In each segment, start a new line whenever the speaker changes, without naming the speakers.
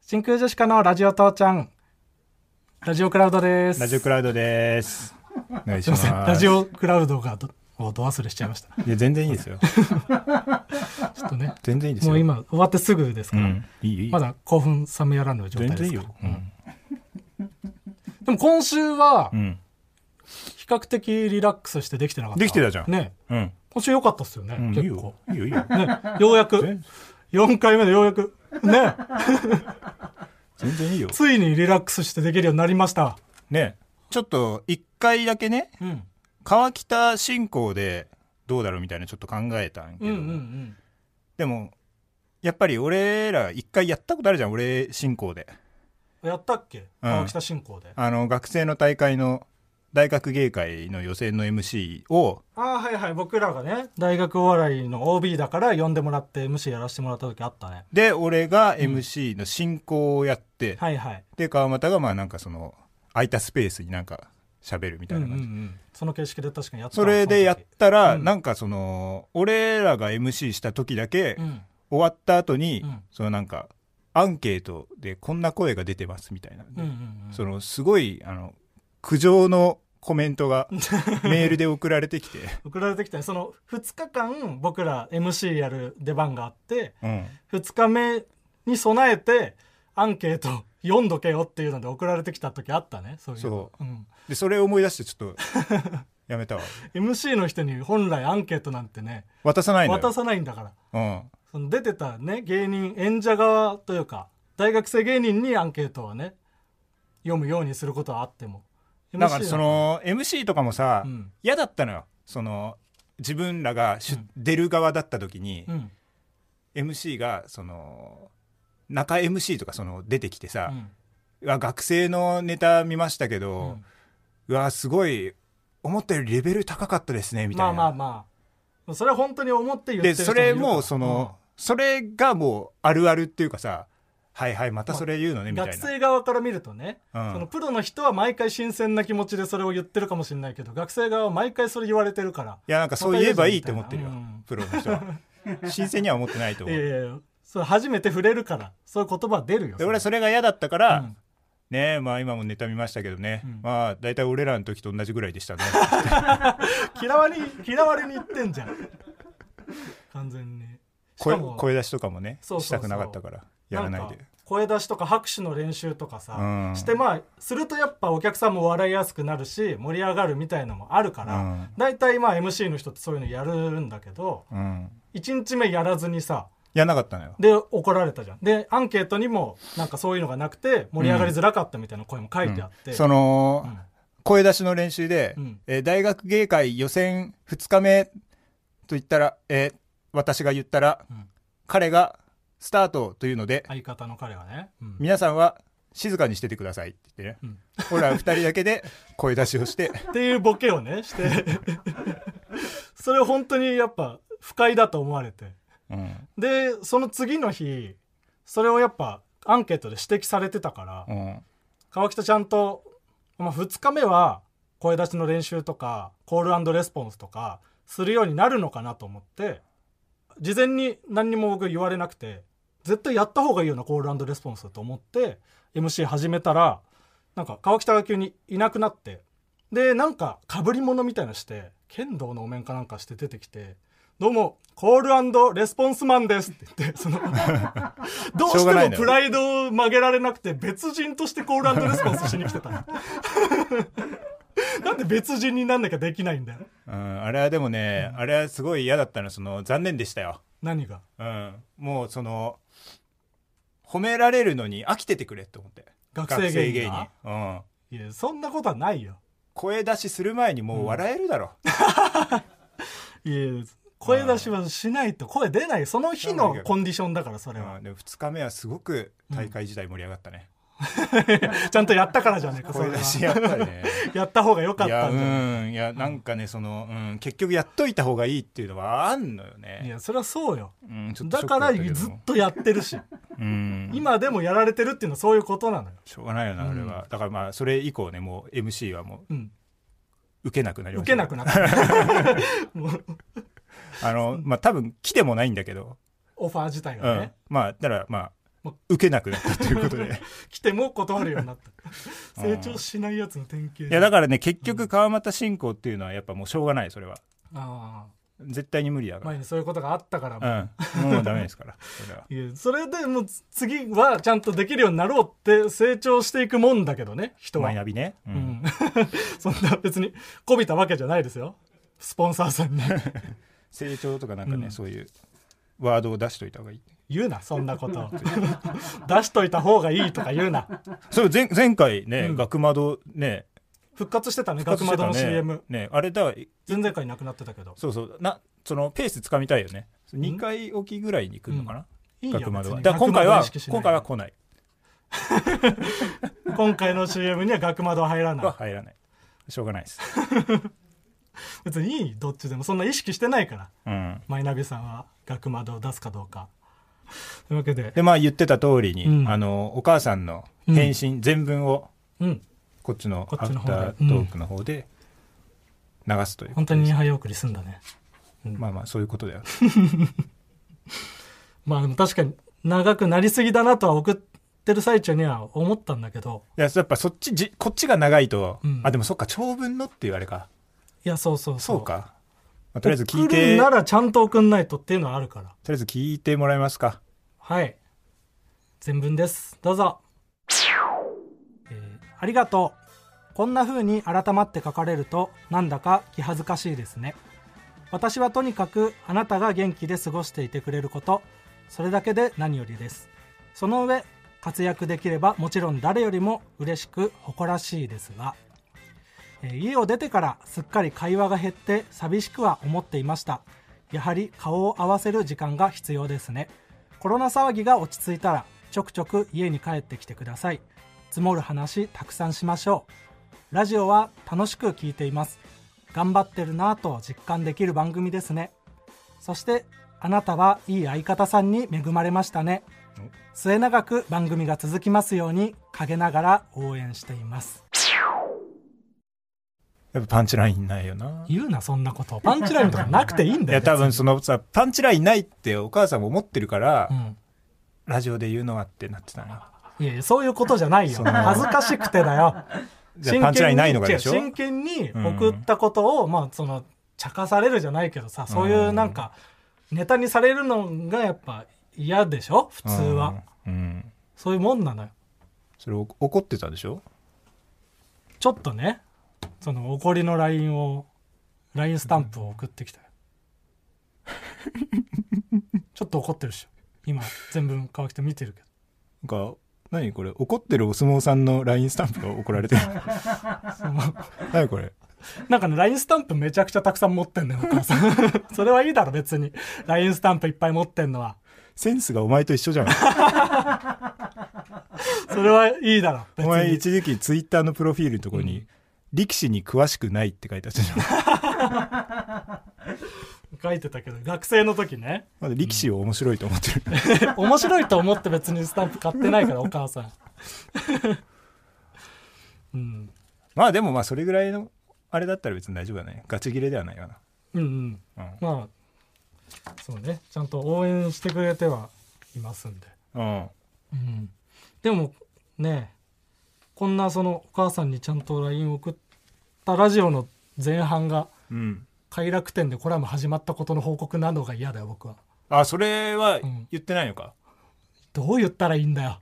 真空ジェシカのラジオ父ちゃん。ラジオクラウドです。
ラジオクラウドです。お願いし
すいません。
ます。
ラジオクラウドがど、をど忘れしちゃいました。
いや、全然いいですよ。
ちょっとね。
全然いいですよ。
もう今、終わってすぐです
う
から。
ん。いい、いい。
まだ興奮冷めやらぬ状態
全
で
然
す
いい
から。
よ。うん。
でも今週は
う、ん。
比較的リラックスしてできてなかった。
できてたじゃん
ね。
うん。
今週良かったっすよね。
うんいい
結
よ
構。。
いいよ、いいよ。
ね。ようやく
全、
4回目でようや く、ね。
全然いいよ。
ついにリラックスしてできるようになりました。
ね。ちょっと、一回だけね、
うん。
川北進行でどうだろうみたいなちょっと考えたんやけ
うん
ど、
うんうん。
でも、やっぱり俺ら一回やったことあるじゃん、俺進行で。
やったっけ川北進行で。
あの、学生の大会の、大学芸会の予選の MC を、
ああはいはい僕らがね大学お笑いの OB だから呼んでもらって MC やらせてもらった時あったね
で、俺が MC の進行をやって、
はいはい
で川又がまあなんかその空いたスペースになんか喋るみたいな感じ、
その形式で確かにやった
それでやったら、
うん
なんかその俺らが MC した時だけ、
その時
終わった後に、
うん
そのなんかアンケートでこんな声が出てますみたいな、
うんうんうんうん
そのすごいあの苦情のコメント がメールで送られてきて、
送られてきたねその2日間僕ら MC やる出番があって
うん、
2日目に備えてアンケート読んどけよっていうので送られてきた時あったねそういう
そ
ん、
でそれを思い出してちょっと やめたわ
MC の人に本来アンケートなんてね
渡さないのよ
渡さないんだから
うん、
その出てたね芸人演者側というか大学生芸人にアンケートはね読むようにすることはあっても
だからそ
MC は
の MC とかもさ
うん
嫌、だったのよその自分らが出、
うん
出る側だった時に
う、ん
MC がその中 MC とかその出てきて
う
さ、
ん
うわ学生のネタ見ましたけ
う
ど
ん、
うわすごい思ったよりレベル高かったですねみた
ま
いな、
あまあまあそれは本当に思って言って
で
る人
そ
もいる
れ
から
もその、、それがもうあるあるっていうかさはいはいまたそれ言うのね
うん
みたい
学
な、
生側から見るとね、
うん
そのプロの人は毎回新鮮な気持ちでそれを言ってるかもしれないけど学生側は毎回それ言われてるから
いやなんかそう言えばいいって思ってるよ、
また言うぞみ
プロ の人は新鮮には思ってないと
い
思
や
う
いやいやそれ初めて触れるからそういう言葉は出るよ
で俺は
そ
それが嫌だったから、
うん
ねえまあ今もネタ見ましたけどね、
うん
まあ大体俺らの時と同じぐらい でしたね
嫌われに嫌われに言ってんじゃん完全にし
声
かも
声出しとかもね
そうそうそう
したくなかったからやらない
ん
で
か声出しとか拍手の練習とかさ、
うん
してまあするとやっぱお客さんも笑いやすくなるし盛り上がるみたいのもあるから、
うん
大体まあ MC の人ってそういうのやるんだけど
うん
1日目やらずにさ
やらなかったのよ
で怒られたじゃんでアンケートにもなんかそういうのがなくて盛り上がりづらかったみたいな声も書いてあって、
その、
うん
声出しの練習で、
うん
えー大学芸会予選2日目と言ったら、えー私が言ったら、
うん
彼がスタートというので、
相方の彼はね、うん
皆さんは静かにしててくださいって言ってね、
うん
俺ら2人だけで声出しをして
っていうボケをねして それを本当にやっぱ不快だと思われて
うん
でその次の日それをやっぱアンケートで指摘されてたから、
うん
川北ちゃんと、まあ、2日目は声出しの練習とかコールレスポンスとかするようになるのかなと思って事前に何にも僕言われなくて絶対やった方がいいよなコールレスポンスと思って MC 始めたらなんか川北が急にいなくなってでなんかかぶり物みたいなのして剣道のお面かなんかして出てきて「どうもコールレスポンスマンです」って言ってそ のどう
しょう
し
がな
て
い
も
ね
プライドを曲げられなくて別人としてコールレスポンスしに来てたの なんで別人になんなきゃできないんだよ
うん、あれはでもね、あれはすごい嫌だったのその残念でしたよ、
何が
うん、もうその褒められるのに飽きててくれって思って
学生芸人が
うん、
いやそんなことはないよ
声出しする前にもう笑えるだろ、
いや声出しはしないと声出ないその日のコンディションだからそれ
う
は、
んで2日目はすごく大会時代盛り上がったね、
ちゃんとやったからじゃねえかそれ
声
は
出しやっぱりね
やった方が良かっ
いや
たん
う
じゃない
んいやなんかねその、うん、結局やっといた方がいいっていうのはあんのよ
い
ね、
やそれはそうよ
うん、ちょっと
だ
ショッ
か
ク
ら
ったけど
ずっとやってるし
うん、
今でもやられてるっていうのはそういうことなのよ、
しょうがないよなあれは、だからまあそれ以降ねもう MC はも
うん、
う受けなくなりま
受
した
けなくなった もう
あの、まあ、多分来てもないんだけど、
オファー自体
う
が
ん
ね、。
まあ、だから、まあ、受けなくなったというこ とで
来ても断るようになった
うん
成長しないやつの典型
いやだ
ら
からね結局川俣信仰っていうのはやっぱもうしょうがないそれは
あ
絶対に無理だ
あ
か
前にそういうことがあったから、
ら、うん、もうダメですからそれはい
やそれでもう次はちゃんとできるようになろうって成長していくもんだけどね 人は
マイナビね、う
うん ん、そんな別にこびたわけじゃないですよスポンサーさんに
成長とかなんかね、
うん
そういうワードを出しといた方がいい
言うなそんなこと 出しといた方がいいとか言うな
そう前前回ね、
うん
学窓ね
復活してたね
復活
学
して
窓
た
の
ね
CM
ねあれだわ
前々回なくなってたけど
そうそうなそのペースつかみたいよね2回おきぐらいに来るのかな、
いいよ
学窓
別
は
に
だから今回は
学窓意識しない
今回は来ない
今回の CM には学窓は入らない
は入らないしょうがないです、
別にいいどっちでもそんな意識してないから
うん、
マイナビさんは学窓を出すかどうかというわけで
でまあ言ってた通りに、
うん
あのお母さんの返信、全文を
うん
こっちの
こ
ア
っち
フ
の方
タ
で
ートークの方で流すという
本当に早送りすんだね
まあまあそういうことだよ
まあでも確かに長くなりすぎだなとは送ってる最中には思ったんだけど
いややっぱそっちじこっちが長いと、
うん
あでもそっか長文のっていうあれか
いやそうそう
そうか、まあ
と
と
りあえ
りあえず
ず
聞
聞
い
い
て
て
と
な
り
らちゃんと送んないとっていうのはあるから
あえず聞いてもらえますか
はい全文ですどうぞ、えーありがとうこんな風に改まって書かれるとなんだか気恥ずかしいですね私はとにかくあなたが元気で過ごしていてくれることそれだけで何よりですその上活躍できればもちろん誰よりも嬉しく誇らしいですが、えー家を出てからすっかり会話が減って寂しくは思っていましたやはり顔を合わせる時間が必要ですねコロナ騒ぎが落ち着いたらちょくちょく家に帰ってきてください積もる話たくさんしましょうラジオは楽しく聞いています頑張ってるなぁと実感できる番組ですねそしてあなたはいい相方さんに恵まれましたね末永く番組が続きますように陰ながら応援しています
やっぱパンチラインないよな
言うなそんなことパンチラインとかなくていいん
い
だよ
や多分そのさパンチラインないってお母さんも思ってるから、
うん
ラジオで言うのはってなってたない
やいやそういうことじゃないよ
その
恥ずかしくてだよ
じゃあパンチラインないのがでしょ
真剣に違う真剣に送ったことを、まあその茶化されるじゃないけどさそういうなんかネタにされるのがやっぱ嫌でしょ普通は、
うん、うん
そういうもんなのよ
それお怒ってたでしょ
ちょっとねその怒りの LINE を LINE スタンプを送ってきた よちょっと怒ってるっしょ今全部川北見てるけど
なんか何これ怒ってるお相撲さんの LINE スタンプが怒ら れてる
その
何これ
なんかね LINE スタンプめちゃくちゃたくさん持ってんだよお母さん それはいいだろ別に LINE スタンプいっぱい持ってんのは
センスがお前と一 緒じゃん
それはいいだろ別
お前
に
一時期ツイッターのプロフィールのところに、
うん
力士に詳しくないって書いてあったじ ゃん
書いてたけど学生の時ね
まだ力士を面白いと思ってる
面白いと思って別にスタンプ買ってないからお母さん うん
まあでもまあそれぐらいのあれだったら別に大丈夫だねガチ切れではないかな
うんうん
うん
まあそうねちゃんと応援してくれてはいますんで、
うん
うん、でもねこんなそのお母さんにちゃんと LINE 送ったラジオの前半が
うん
快楽天でコラム始まったことの報告なのが嫌だよ僕は
あそれは
うん
言ってないのか、
どう言ったらいいんだよ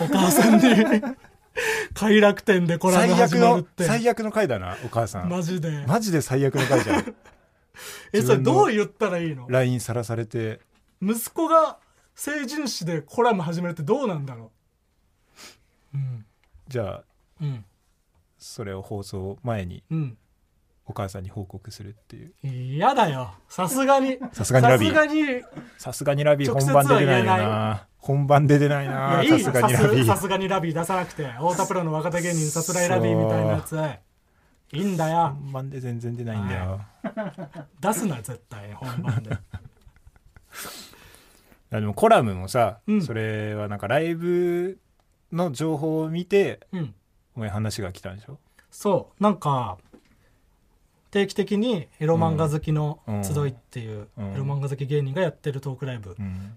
お母さんに 快楽天でコラム
最悪
始まるっ
の
て
最悪の回だなお母さんマ
マ
ジ
ジで
で最悪の回じゃ ん
えそれ
自分の
どう言ったらいいの
LINE さらされて
息子が成人誌でコラム始めるってどうなんだろううん
じゃあ
うん
それを放送前に
うん
お母さんに報告するっていう
嫌だよさすがに
さすがにラビー
さすがにい
さすがにラビー
直
本
接
番で出ないよ
は言え
な本番で出ない
や
な
いい
さ
よ
す
さ
がにラビ
すさ
ー
すがにラビー出さなくて太田プロの若手芸人さすらいラビーみたいなやついいんだよ
本番で全然出ないんだよ
出すな絶対本番で
いやでもコラムもさ、
うん
それはなんかライブの情報を見て
うん
お前話が来たんでしょ
そうなんか定期的にエロ漫画好きの集いっていう
うんうん
エロ漫画好き芸人がやってるトークライブ
うん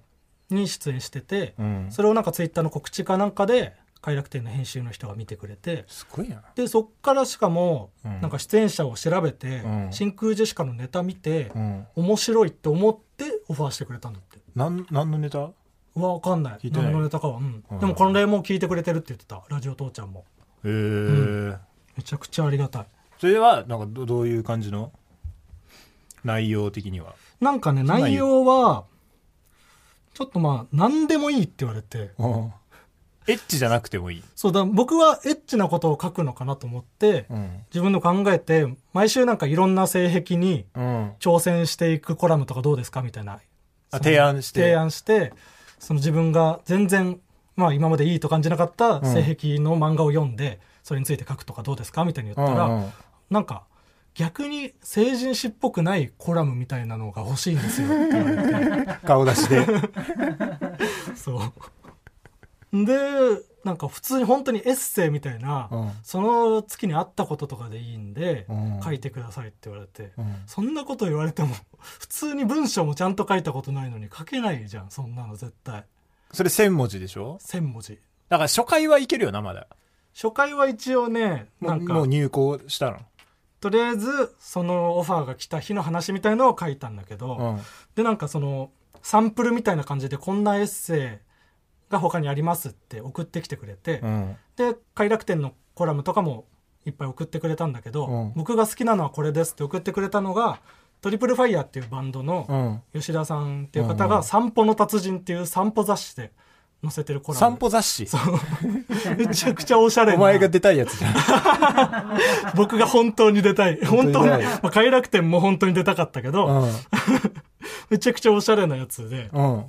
に出演してて、
うん、
それをなんかツイッターの告知かなんかで快楽天の編集の人が見てくれて
すごいな
でそっからしかも
うん
なんか出演者を調べて、
うん
真空ジェシカのネタ見て
う、ん
面白いって思ってオファーしてくれたんだって
なん何のネタ
うわわかんない
聞いてない
何のネタかは、うん
うん
でもこの例も聞いてくれてるって言ってたラジオ父ちゃんも
ええ
めちゃくちゃありがたい
それはなんかどどういう感じの内容的には
なんかね
んなん
内容はちょっとまあ何でもいいって言われて
エッチじゃなくてもいい、
そうだ僕はエッチなことを書くのかなと思って
うん
自分の考えて毎週なんかいろんな性癖に
うん、
挑戦していくコラムとかどうですかみたいな
あ
その
提案して
提案してその自分が全然、まあ、今までいいと感じなかった性癖の漫画を読んで、それについて書くとかどうですかみたいに言ったら、
うんうん
なんか逆に成人誌っぽくないコラムみたいなのが欲しいんで すよって言われて。
顔出 しで
そう。で、なんか普通に本当にエッセイみたいな、
うん
その月にあったこととかでいいんで、
うん
書いてくださいって言われて、
うん
そんなこと言われても、 普通に文章もちゃんと書いたことないのに書けないじゃん、そんなの絶対。
それ1000文字でしょ
1000文字。
だから初回はいけるよなまだ
初回は一応ね、
も
な
うんも
か
う、入稿した
とりあえず、そのオファーが来た日の話みたいのを書いたんだけど、
の、
でなんかそのサンプルみたいな感じでこんなエッセイが他にありますって送ってきてくれて、
うんうん、
で快楽天のコラムとかもいっぱい送ってくれたんだけど、
うん
僕が好きなのはこれですって送ってくれたのがトリプルファイヤーっていうバンドの
うん、
吉田さんっていう方
うんうん
が「散歩の達人」っていう散歩雑誌で載せてるコラム
散歩雑誌
めちゃくちゃおしゃれ
お
な
前が出たいやつじゃん
僕が本当に出たい本当
本当
に、
に
ま
出たい
あ、快楽天も本当に出たかったけど、
うん
めちゃくちゃおしゃれなやつで
うん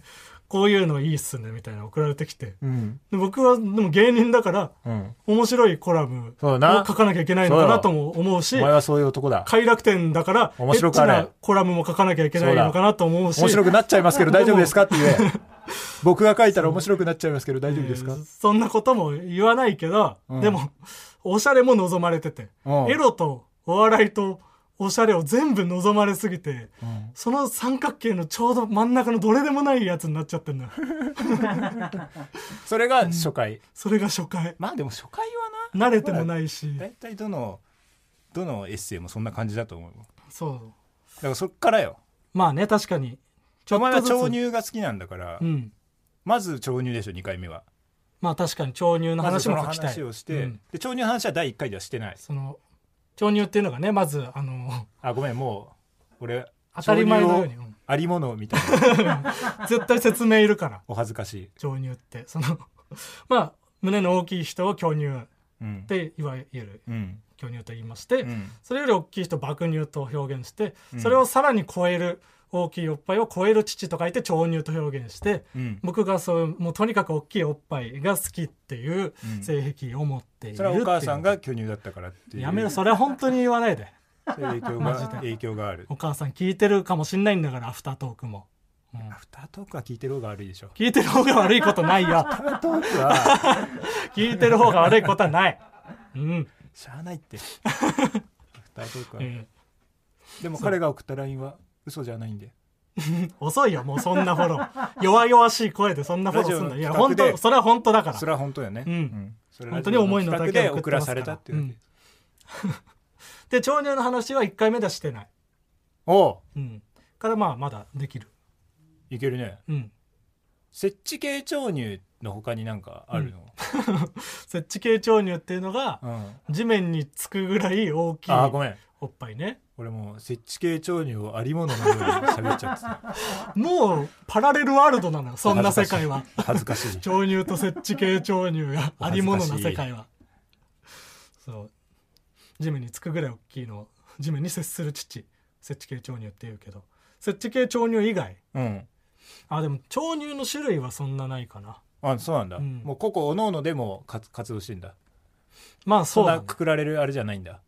こういうのいいっすねみたいなの送られてきて
うん
で僕はでも芸人だから
うん
面白いコラム
そう
を書
だな
かなきゃいけないのかなとも思う
お
し
前はそういう男だ
快楽天だからエ
面
ッ
白
チ
くあれ
なコラムも書かなきゃいけないのかなと思うし
面白くなっちゃいますけど大丈夫ですかって言え僕が書いたら面白くなっちゃいますけど大丈夫ですか
えーそんなことも言わないけど、
うん
でもおしゃれも望まれてて、
うん
エロとお笑いとおしゃれを全部望まれすぎて
うん
その三角形のちょうど真ん中のどれでもないやつになっちゃってんだよ
それが初回
それが初回
まあでも初回はな
慣れてもないし
大体どのどのエッセイもそんな感じだと思うだ
そう
からそっからよ
まあね確かにち
お前
と
は
ずつ
潮入が好きなんだから、
うん
まず潮入でしょ2回目は
まあ確かに潮入の
まず
話
その
も書きたい
話をして、
うん
で潮入の話は第1回ではしてない
その潮入っていうのがねまずあの
あごめんもう俺
当たり前のように
潮入を
うん
ありものみたいな
絶対説明いるから
お恥ずか しい、
挿入ってその まあ胸の大きい人を巨乳っ
うん
ていわゆる
うん
巨乳と言いまして、
うん
それより大きい人を爆乳と表現して、
うん
それをさらに超える大きいおっぱいを超える父と書いて超乳と表現して
うん、
僕がそうもうとにかく大きいおっぱいが好きっていう
うん
性癖を持っているってい
そ
う
れはお母さんが巨乳だったからっていう
やめろそれは本当に言わないで
そういう影響
マジ
が
で
影響がある
お母さん聞いてるかもしんないんだからアフタートークも、うん
アフタートークは聞いてる方が悪い でしょ
聞いてる方が悪いことないよ
アフタートークは
聞いてる方が悪いことはないうん、
しゃあない ってアフタートークは、
え
でも彼が送った LINE は嘘じゃないんで
ー遅いよもうそんなフォロ ー弱々しい声でそんなフォローすんだいや
ラジオの
本
企画で
当それは本当だから
それは本当よね、
うん
それ
本当に思いの
ラ
丈
ジオ企画で
を送って
送
ます
ら
か
さ
ら
れたっていうだけ、
うんで長女の話は1回目ではしてない、
おう
うん、からまあまだできる
いけるね
うん
設置系調乳の他になんかあるの、
設置系長乳っていうのが
うん
地面につくぐらい大きい
あーごめん
おっぱいね
俺もう設置系調乳をありもののように喋っちゃってた
もうパラレルワールドなのよ そんな世界は
恥ずかしい
長乳と設置系長乳があ
恥ずかしい
りものな世界はそう地面につくぐらい大きいのを地面に接する父設置系長乳って言うけど設置系長乳以外
うん
あでも長乳の種類はそんなないかな
あそうなんだ、
うん
もう個々おのおのでも活活動してんだ
まあ
そ
そ
ん
うだ
な
ね
くくられるあれじゃないんだ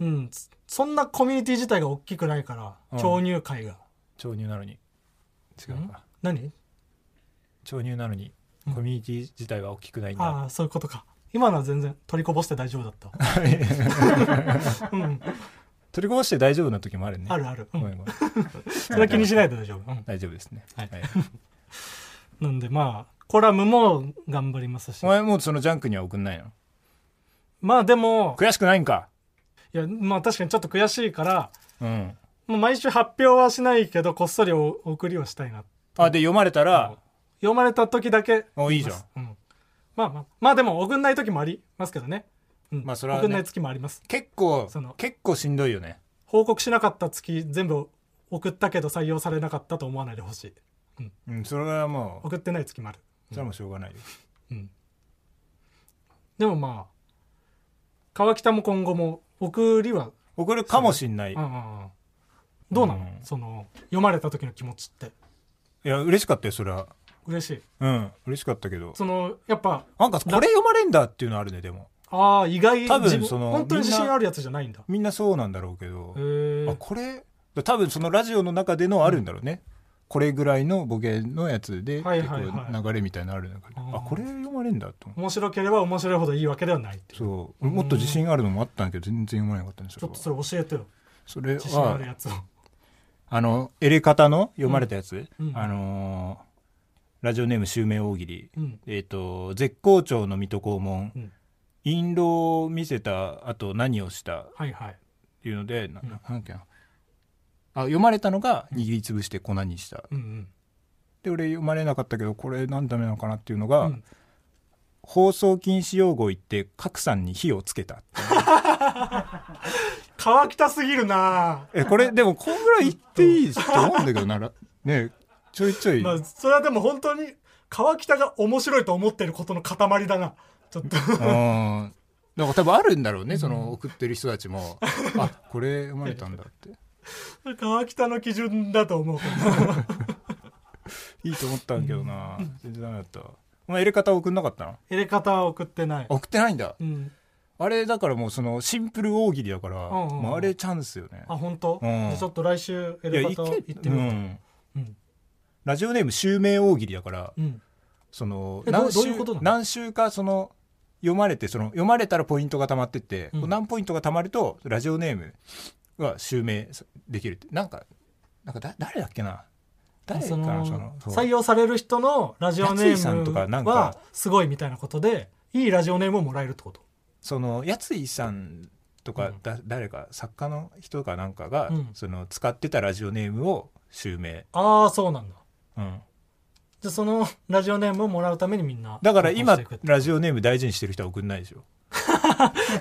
うんそそんなコミュニティ自体が大きくないから、
うん
長乳会が
潮入なのに違うか
何
潮入なのにコミュニティ自体は大きくないんだ、
ああそういうことか今のは全然取りこぼして大丈夫だった わうん
取りこぼして大丈夫な時もあるね
あるある、う
ご
ん
めんごめん
それは気にしないで大丈夫、うん
大丈夫ですね
はいなんでまあコラムも頑張りますし
お前もうそのジャンクには送んないの
まあでも
悔しくないんか
いやまあ確かにちょっと悔しいから
うん
もう毎週発表はしないけどこっそりお送りをしたいな
あで読まれたら
読まれた時だけ
おいいじゃん
うん、まあまあまあでも送んない時もありますけどね、うん
まあそれはね
送んない月もあります
結構
その
結構しんどいよね
報告しなかった月全部送ったけど採用されなかったと思わないでほしい
うんそれはもう
送ってない月もある、
それはもうしょうがないよ
うん、でもまあ川北も今後も送りは、
送るかもしんない
うんうんうんどうなの、
うん
その読まれた時の気持ちって
いや嬉しかったよそれは
嬉しい
うん嬉しかったけど
そのやっぱ
なんかこれ読まれんだっていうのあるねでも
ああ意外
多分
自分
その
本当に自
みん
信
な
あるやつじゃないんだ
みんなそうなんだろうけど
へえ
あこれ多分そのラジオの中でのあるんだろうね、これぐらいのボケのやつで、
はいはいはい
結構流れみたいなのあるんだけど
あー
あこれ読まれんだと思って
面白ければ面白いほどいいわけではないっていう
そうもっと自信あるのもあったんだけど全然読まれなかったんです
ちょ
よ
っとそれ教えてよ
それ
自信ある
は
やつを
あのエレカタの読まれたやつ、
うんうん
あのーラジオネーム襲名大喜利
うん
えっ、と絶好調の水戸黄門、
うん
印籠を見せた後何をした
はいはい
っていうので、な
うん
なんだっけなあ読まれたのが握りつぶして粉にした、
うんうん
で俺読まれなかったけどこれ何のためなのかなっていうの
う
が、
ん
放送禁止用語言って角さんに火をつけた
川北すぎるな
えこれでもこんぐらい言っていいと思うんだけどならねちょいちょい、
まあそれはでも本当に川北が面白いと思ってることの塊だなちょっと
うんなんか多分あるんだろうね、その送ってる人たちもあこれ読まれたんだって
川北の基準だと思うけ
いいと思ったんだけどな全然ダメだったお前入れ方送んなかったの
ど入れ方は送ってない
送ってないんだ
うん
あれだからもうそのシンプル大喜利だから、
うんうんうん
まあ、あれチャンスよね
あ本当、
う
じ
ん
ゃあちょっと来週入れ方行ってみ
う
ようんうん
ラジオネーム襲名大喜利だから
うん
その
えど
何
どういう
週
ことなの
何週かその読まれてその読まれたらポイントがたまってって、
うん
何ポイントがたまるとラジオネームが襲名できるってなんかなんかだ誰だっけな誰か
そ
な
の
そのそう
採用される人のラジオネ
やついさんとか
ー
なん
ム
か
はすごいみたいなことでいいラジオネームをもらえるってこと
そのやついさんとか、
うん
だ誰か作家の人かなんかが、
うん
その使ってたラジオネームを襲名、
ああそうなんだ
うん、
じゃあそのラジオネームをもらうためにみんな
だから今
投稿していくって
ラジオネーム大事にしてる人は送んないでしょ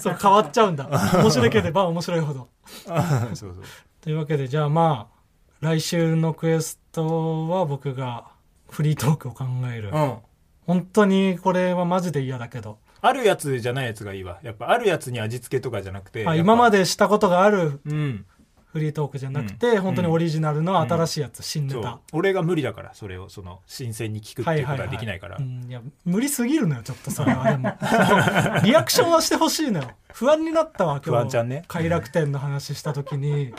そう変わっちゃうんだ面白ければ面白いほど
そうそう
というわけでじゃあまあ来週のクエストは僕がフリートークを考える、
うん
本当にこれはマジで嫌だけど、
あるやつじゃないやつがいいわやっぱあるやつに味付けとかじゃなくて
あ今ま
で
でしたことがある
うん
フリートークじゃなくて、
うん
本当にオリジナルの新しいやつ、新ネ
そ
タ
う俺が無理だからそれをその新鮮に聞くっていうことはできないから、
うん、いや無理すぎるのよちょっとそれはで もリアクションはしてほしいのよ不安になったわ
不
今
安ちゃ
日、
んね
快楽天の話した時に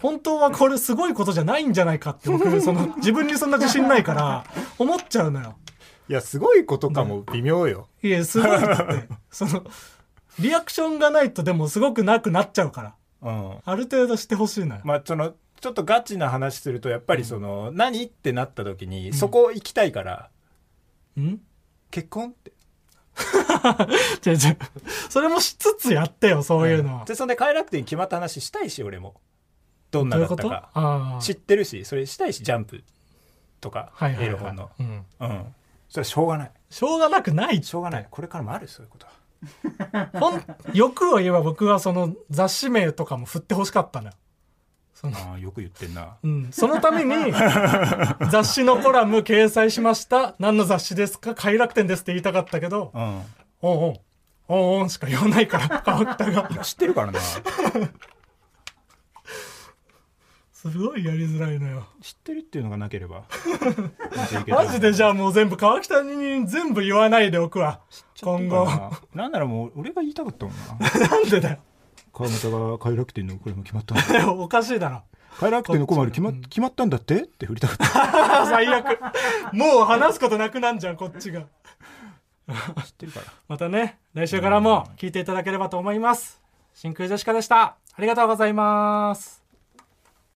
本当はこれすごいことじゃないんじゃないかって僕その自分にそんな自信ないから思っちゃうのよ
いやすごいことかも微妙よ、
いやすごいってそのリアクションがないとでもすごくなくなっちゃうから
うん、
ある程度してほしいのよ、
まあそのちょっとガチな話するとやっぱりその、何ってなった時にそこ行きたいから、
うん
結婚って
違う違うそれもしつつやってよそういうのは、
でそんで快楽天決まった話したいし俺もどん
ど
な
うい
だ
う
った
こと
か
ああ
知ってるしそれしたいしジャンプとか、
はいはい
エロ
は
本
い
の、
うん、
うんそれはしょうがない
しょうがなくない
しょうがないこれからもあるそういうことは
ほん、欲を言えば僕はその雑誌名とかも振ってほしかったのよ。その、
ああよく言ってんな
うん。そのため に、雑誌のコラム掲載しました。何の雑誌ですか快楽天ですって言いたかったけど、
うん
おんおん。おんおんしか言わないから、 川北が。
知ってるからな
すごいやりづらいのよ。
知ってるっていうのがなけれ ば
マジでじ
ゃ
ゃあもう全部川北に全部言わないでおくわ。今後。
なんならもう俺が言いたかったもん な
なんでだよ。
川本が快楽天のこれも決ま った
いや おかしいだろ。
快楽天のコマル決ま決まったんだってって振りたかった
あ最悪。もう話すことなくなんじゃん、こっちが。
知ってるから
またね、来週からも聞いていただければと思います。真空ジェシカでした。ありがとうございます。